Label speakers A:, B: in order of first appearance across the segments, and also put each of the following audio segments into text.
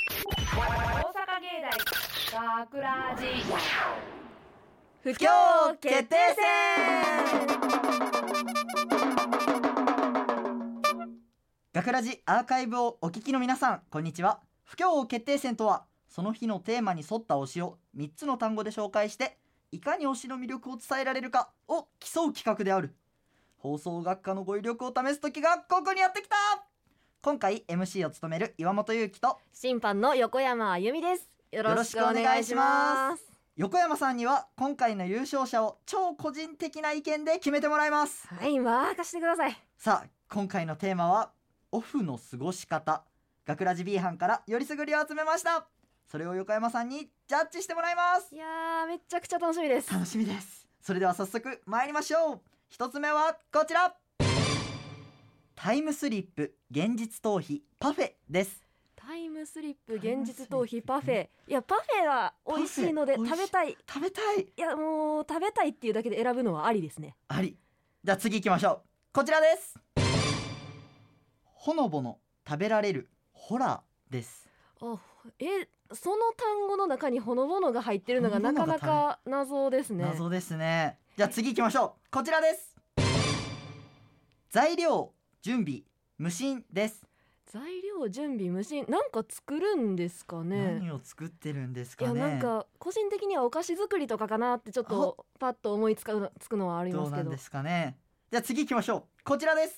A: 大阪芸大学ラジ
B: 不況決定戦
C: 学ラジアーカイブをお聞きの皆さんこんにちは不況王決定戦とはその日のテーマに沿った推しを3つの単語で紹介していかに推しの魅力を伝えられるかを競う企画である放送学科の語彙力を試す時がここにやってきた今回 MC を務める岩本裕樹と
B: 審判の横山あゆみですよろしくお願いします
C: 横山さんには今回の優勝者を超個人的な意見で決めてもらいます
B: はい任してください
C: さあ今回のテーマはオフの過ごし方学ラジ B 班からよりすぐりを集めましたそれを横山さんにジャッジしてもらいます
B: いやーめちゃくちゃ楽しみです
C: 楽しみですそれでは早速参りましょう一つ目はこちらタイムスリップ現実逃避パフェです
B: タイムスリップ
C: タイ
B: 現
C: ムスリ
B: 実
C: ップ
B: 逃避パフェいやパフェは美味しいので
C: パフェ
B: 食べたいい
C: 食べたい
B: やもう食べたいっていうだけで選ぶのはありですね
C: ありじゃあ次行きましょうこちらですほのぼの食べられるホラーです
B: あえその単語の中にほのぼのが入ってるのがなかなか謎ですね
C: 謎ですねじゃあ次行きましょうこちらです材料準備無心です、
B: 材料準備無心なんか作るんですかね
C: 何を作ってるんです
B: い
C: か
B: や
C: ね
B: なんか個人的にはお菓子作りとかかなってちょっとパッと思いつかうつくのはありま
C: どう
B: す
C: な
B: け
C: ん
B: ど
C: ですかねじゃあ次行きましょうこちらです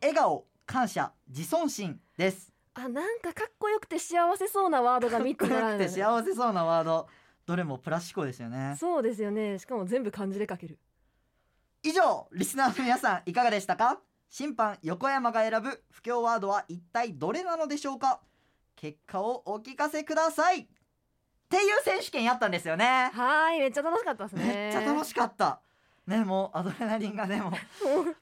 C: 笑顔感謝自尊心です
B: あなんかかっこよくて幸せそうなワードが3つ
C: かっこよ
B: 並ん
C: く
B: で
C: て
B: る
C: 幸せそうなワードどれもプラス思考ですよね
B: そうですよねしかも全部漢字で書ける
C: 以上リスナーの皆さんいかがでしたか審判横山が選ぶ不況ワードは一体どれなのでしょうか結果をお聞かせくださいっていう選手権やったんですよね
B: はーいめっちゃ楽しかったですね
C: めっちゃ楽しかったねもうアドレナリン がねも
B: も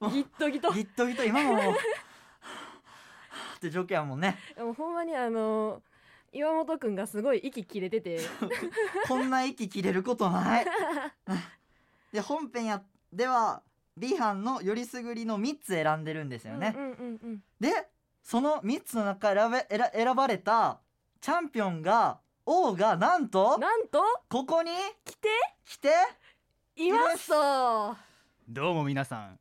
B: うギットギト
C: うギットギト今ももうって状況やもんね
B: もうほんまにあの岩本くんがすごい息切れてて
C: こんな息切れることないで本編やでは B 班のよりすぐりの3つ選んでるんですよね、
B: うんうんうんうん
C: でその3つの中選べ選選ばれたチャンピオンが王がなんと
B: なんと
C: ここに
B: 来て
C: 来て
B: いますと
D: どうも皆さん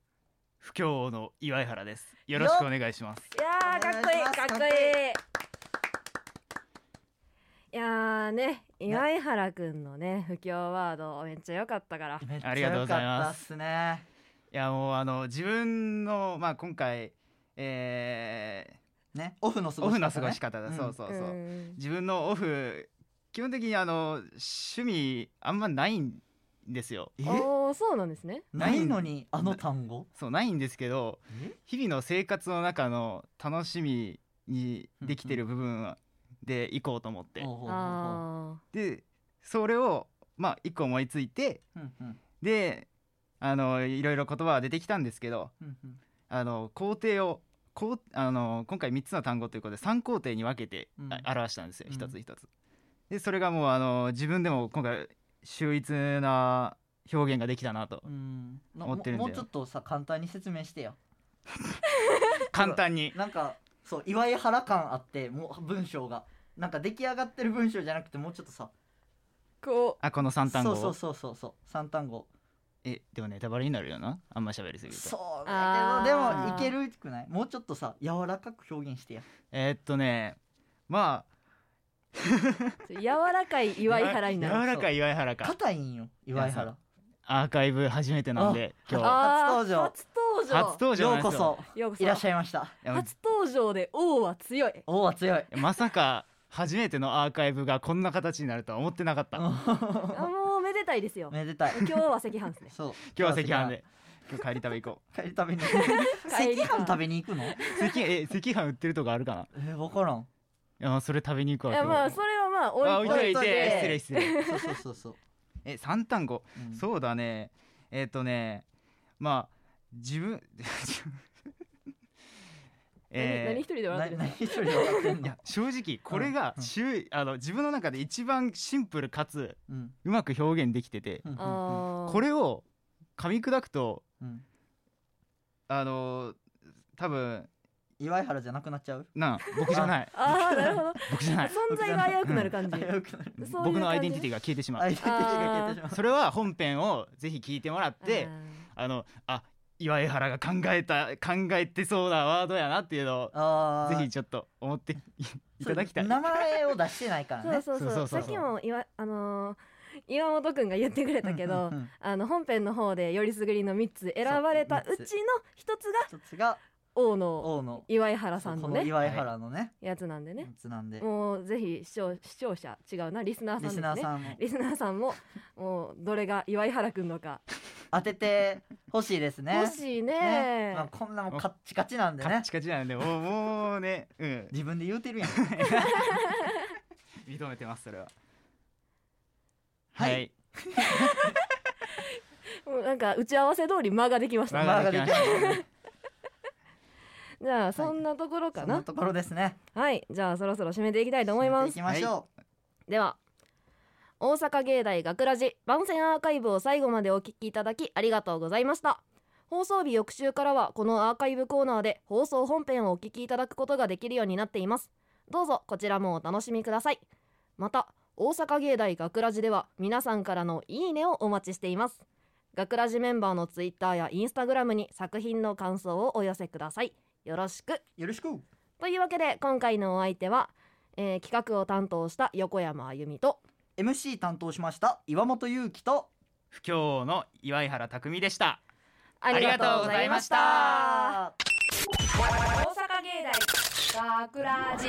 D: 不況王の岩井原ですよろしくお願いします
B: いやーかっこいい
C: お願いし
B: か
C: ます
B: っこいいいやーね岩井原くんのね不況ワードめっちゃ良かったから
C: めっち
D: あ
C: ゃ
D: りがとう
C: 良
D: ご
C: か
D: ざ
C: っ
D: い
C: た
D: ま
C: っ
D: す
C: すね
D: いやもうあの自分のまあ今回え
C: ねオフの過ご
D: ーオ
C: し方、ね、
D: フの過ごし方だ、
C: うん
D: そうそうそう、
B: ん
D: 自分のオフ基本的にあの趣味あんまないんですよ
C: え
B: おーそうなんですね
C: ないのにあの単語
D: そうないんですけど
C: え
D: 日々の生活の中の楽しみにできてる部分で行こうと思って
C: ほうほうほうほ
B: あ
D: でそれをまあ一個思いついて
C: ううんうん
D: であのいろいろ言葉は出てきたんですけど
C: うんうん
D: あの工程をこうあの今回3つの単語ということで3工程に分けて
C: うん
D: あ表したんですよ、
C: うん
D: 一つ一つ。でそれがもうあの自分でも今回秀逸な表現ができたな と
C: うんなも
D: 持ってるんだよ
C: もうちょっとさ簡単に説明してよ
D: 簡単に
C: なんかそう岩井原感あってもう文章がなんか出来上がってる文章じゃなくてもうちょっとさ
B: ーこ
D: あこの3単語
C: そ
D: を
C: うそうそうそうそう三単語
D: えでもネタバレになるよなあんま喋りすぎると。
C: そう
B: あー
C: だけどでもいけるくないもうちょっとさ柔らかく表現してや
D: えーっとねまあ
B: う柔らかい岩井原になる
D: 柔らかい岩井原か
C: 硬いんよ岩井原
D: アーカイブ初めてなんで
C: あ
D: 今日
B: あー
C: 初登場
B: 初登場
D: 初登場
C: よ
D: なん
C: う
D: で
C: こ
D: すよ
C: そ
B: ようこそ
C: いらっしゃいました
D: いや
B: 初登場で王は強い
C: 王は強い
D: まさか初めてのアーカイブがこんな形になるとは思ってなかった今
B: あもうめでたいですよ
C: めでたい
B: 今日は赤飯です ね
C: そう
D: 日は赤飯 で今日帰り食べ行こ
C: 帰り食べに
B: 帰り
C: 赤
B: か
C: 飯食べに行くのえ
D: う赤え赤飯売ってるとこあるかない
C: ー分からん
D: やそれ食べに行く
B: い
D: わ
B: や
D: 今日
B: まあそれはまあ置い
D: あ置いとい
C: 置いとい
D: て
C: て
D: 失礼失礼
C: そうそうそうそう
D: え三単語、
C: うん
D: そうだねえっ、とねまあ自分
B: 何何一人で笑ってる
C: な
B: ん
C: 何
B: ですか
C: 一人で笑ってん
D: い
C: の
D: や正直これが、
C: うん
D: しゅあの自分の中で一番シンプルかつ
C: うん
D: うまく表現できてて、
C: うんうんうん
B: あー
D: これを噛み砕くと
C: うん
D: あの多分
C: 岩井原じゃなくなっちゃう
D: なあ僕じゃない
B: ああなるほど
D: 僕じゃない
B: 存在が危うくなる感じ
C: 危うく
B: そうい
C: なる
B: う感じ
D: 僕のアイデンティティが消えてしまう、
C: 相手手が消えてしまう
D: それは本編をぜひ聞いてもらってあのあ岩井原が考えた考えてそうなワードやなっていうの
C: あ
D: を
C: ー
D: ぜひちょっと思って いただきたい
C: そう名前を出してないか
B: あ
C: ら
B: ー
C: ね
B: そうそう
D: そ
B: そ
D: うそうう
B: さ
D: そうそう
B: っきも岩あのー岩本くんが言ってくれたけど、
C: うんうんうん
B: あの本編の方でよりすぐりの3つ選ばれた
C: そう
B: うち
C: 三
B: の
C: つ
B: 一つが
C: 一つが
B: 王の
C: 王の
B: 岩井原さん
C: こ
B: の
C: の
B: ね
C: 岩井原のね
B: やつなんでね
C: やつなんで
B: もうぜひ視聴視聴者違うなリスナーさ
C: リ
B: ん
C: ス
B: で
C: ナ
B: すね
C: ーさんも
B: リスナーさんももうどれが岩井原くんのか
C: 当ててほしいですね
B: もしね
C: ねまあこんなもんカッチカチなんで
D: カ
C: ね
D: ッチカチなん でもうもうねうん
C: 自分で言うてるやん
D: 認めてますそれは
C: は
D: はいい、
B: もうなんか打ち合わせ通り間ができました
D: 間ができました
B: じゃあそんなところか
C: そん
B: な
C: なところですね
B: はい、じゃあそろそろ締めていきたいと思いま
C: 行
B: す
C: きましょ
B: では大阪芸大学ラジ番宣アーカイブを最後までお聞きいただきありがとうございました放送日翌週からはこのアーカイブコーナーで放送本編をお聞きいただくことができるようになっていますどうぞこちらもお楽しみくださいまた大阪芸大学ラジでは皆さんからのいいねをお待ちしています学ラジメンバーのツイッターやインスタグラムに作品の感想をお寄せくださいよろしく
C: うよろしく
B: というわけで今回のお相手は、えー企画を担当した横山あゆみと
C: MC 担当しました岩本裕樹と
D: 不況の岩井原匠でした
B: あ
D: りがとうございました
A: 大阪芸大学ラジ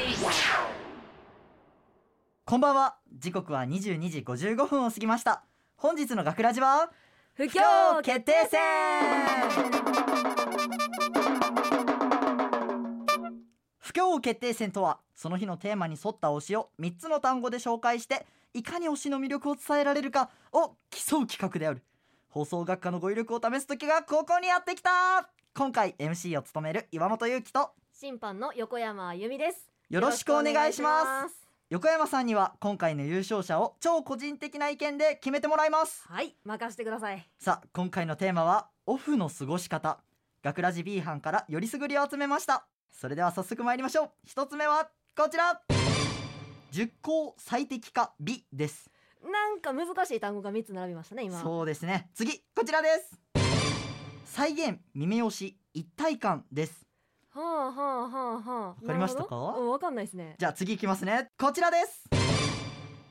C: こんばんは時刻は22時55分を過ぎました本日の学ラジは
B: 不況
C: 今日決定戦不況決定戦とはその日のテーマに沿った推しを3つの単語で紹介していかに推しの魅力を伝えられるかを競う企画である放送学科の語彙力を試す時がここにやってきた今回 MC を務める岩本裕樹と
B: 審判の横山あゆみです
C: よろしくお願いします
B: す
C: 横山さんには今回の優勝者を超個人的な意見で決めてもらいます
B: はい任せてください
C: さあ今回のテーマはオフの過ごし方学ラジ B 班からよりすぐりを集めましたそれでは早速参りましょう一つ目はこちら熟考最適化美です
B: なんか難しい単語が三つ並びましたね今
C: そうですね次こちらです再現耳押し一体感です
B: はあはあはあはあわ
C: かりましたか
B: うんわかんないですね
C: じゃあ次いきますねこちらです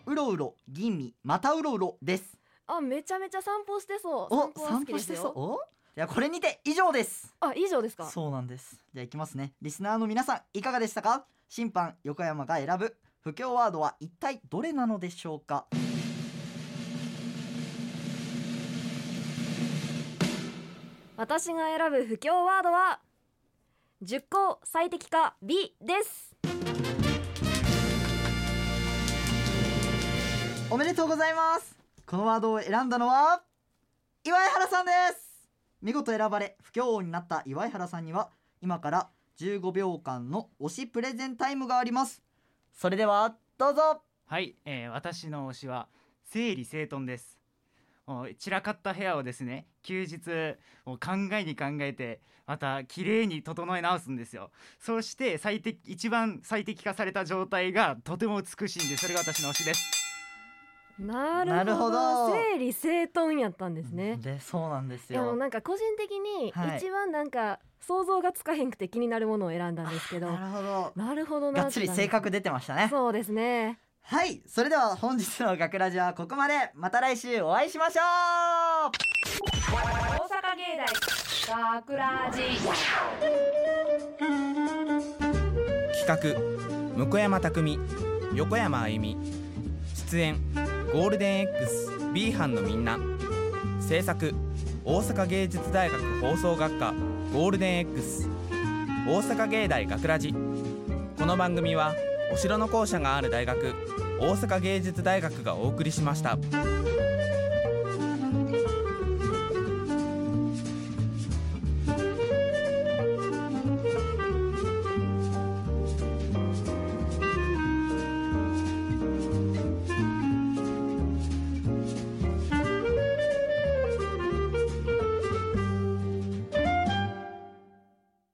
C: うろうろ吟味またうろうろです
B: あめちゃめちゃ散歩してそう
C: お
B: 散歩は好
C: 散
B: きで
C: 歩し
B: す
C: て
B: よ
C: そうおじゃあこれにて以上です
B: あ以上ですか
C: そうなんですじゃあいきますねリスナーの皆さんいかがでしたか審判横山が選ぶ不況ワードは一体どれなのでしょうか
B: 私が選ぶ不況ワードは熟考最適化 B です
C: おめでとうございますこのワードを選んだのは岩井原さんです見事選ばれ不況王になった岩井原さんには今から15秒間の推しプレゼンタイムがありますそれではどうぞ
D: はい、えー私の推しは整理整頓ですもう散らかった部屋をですね休日もう考えに考えてまた綺麗に整え直すんですよそうして最適一番最適化された状態がとても美しいんでそれが私の推しです
B: なるほど
C: なるほど
B: 整理整頓やったんですね、
C: でそうなんです
B: でも
C: よ
B: なんか個人的に
C: はい
B: 一番なんか想像がつかへんくて気になるものを選んだんですけど、
C: なるほど
B: なるほどな
C: がっつり性格出てましたね
B: そうですね
C: はい、それでは本日の学ラジはここまで。また来週お会いしましょう
A: 大阪芸大学ラジ
E: 企画向山匠横山あゆみ出演ゴールデン XB 班のみんな制作大阪芸術大学放送学科ゴールデン X 大阪芸大学ラジこの番組はお城の校舎がある大学大阪芸術大学がお送りしました。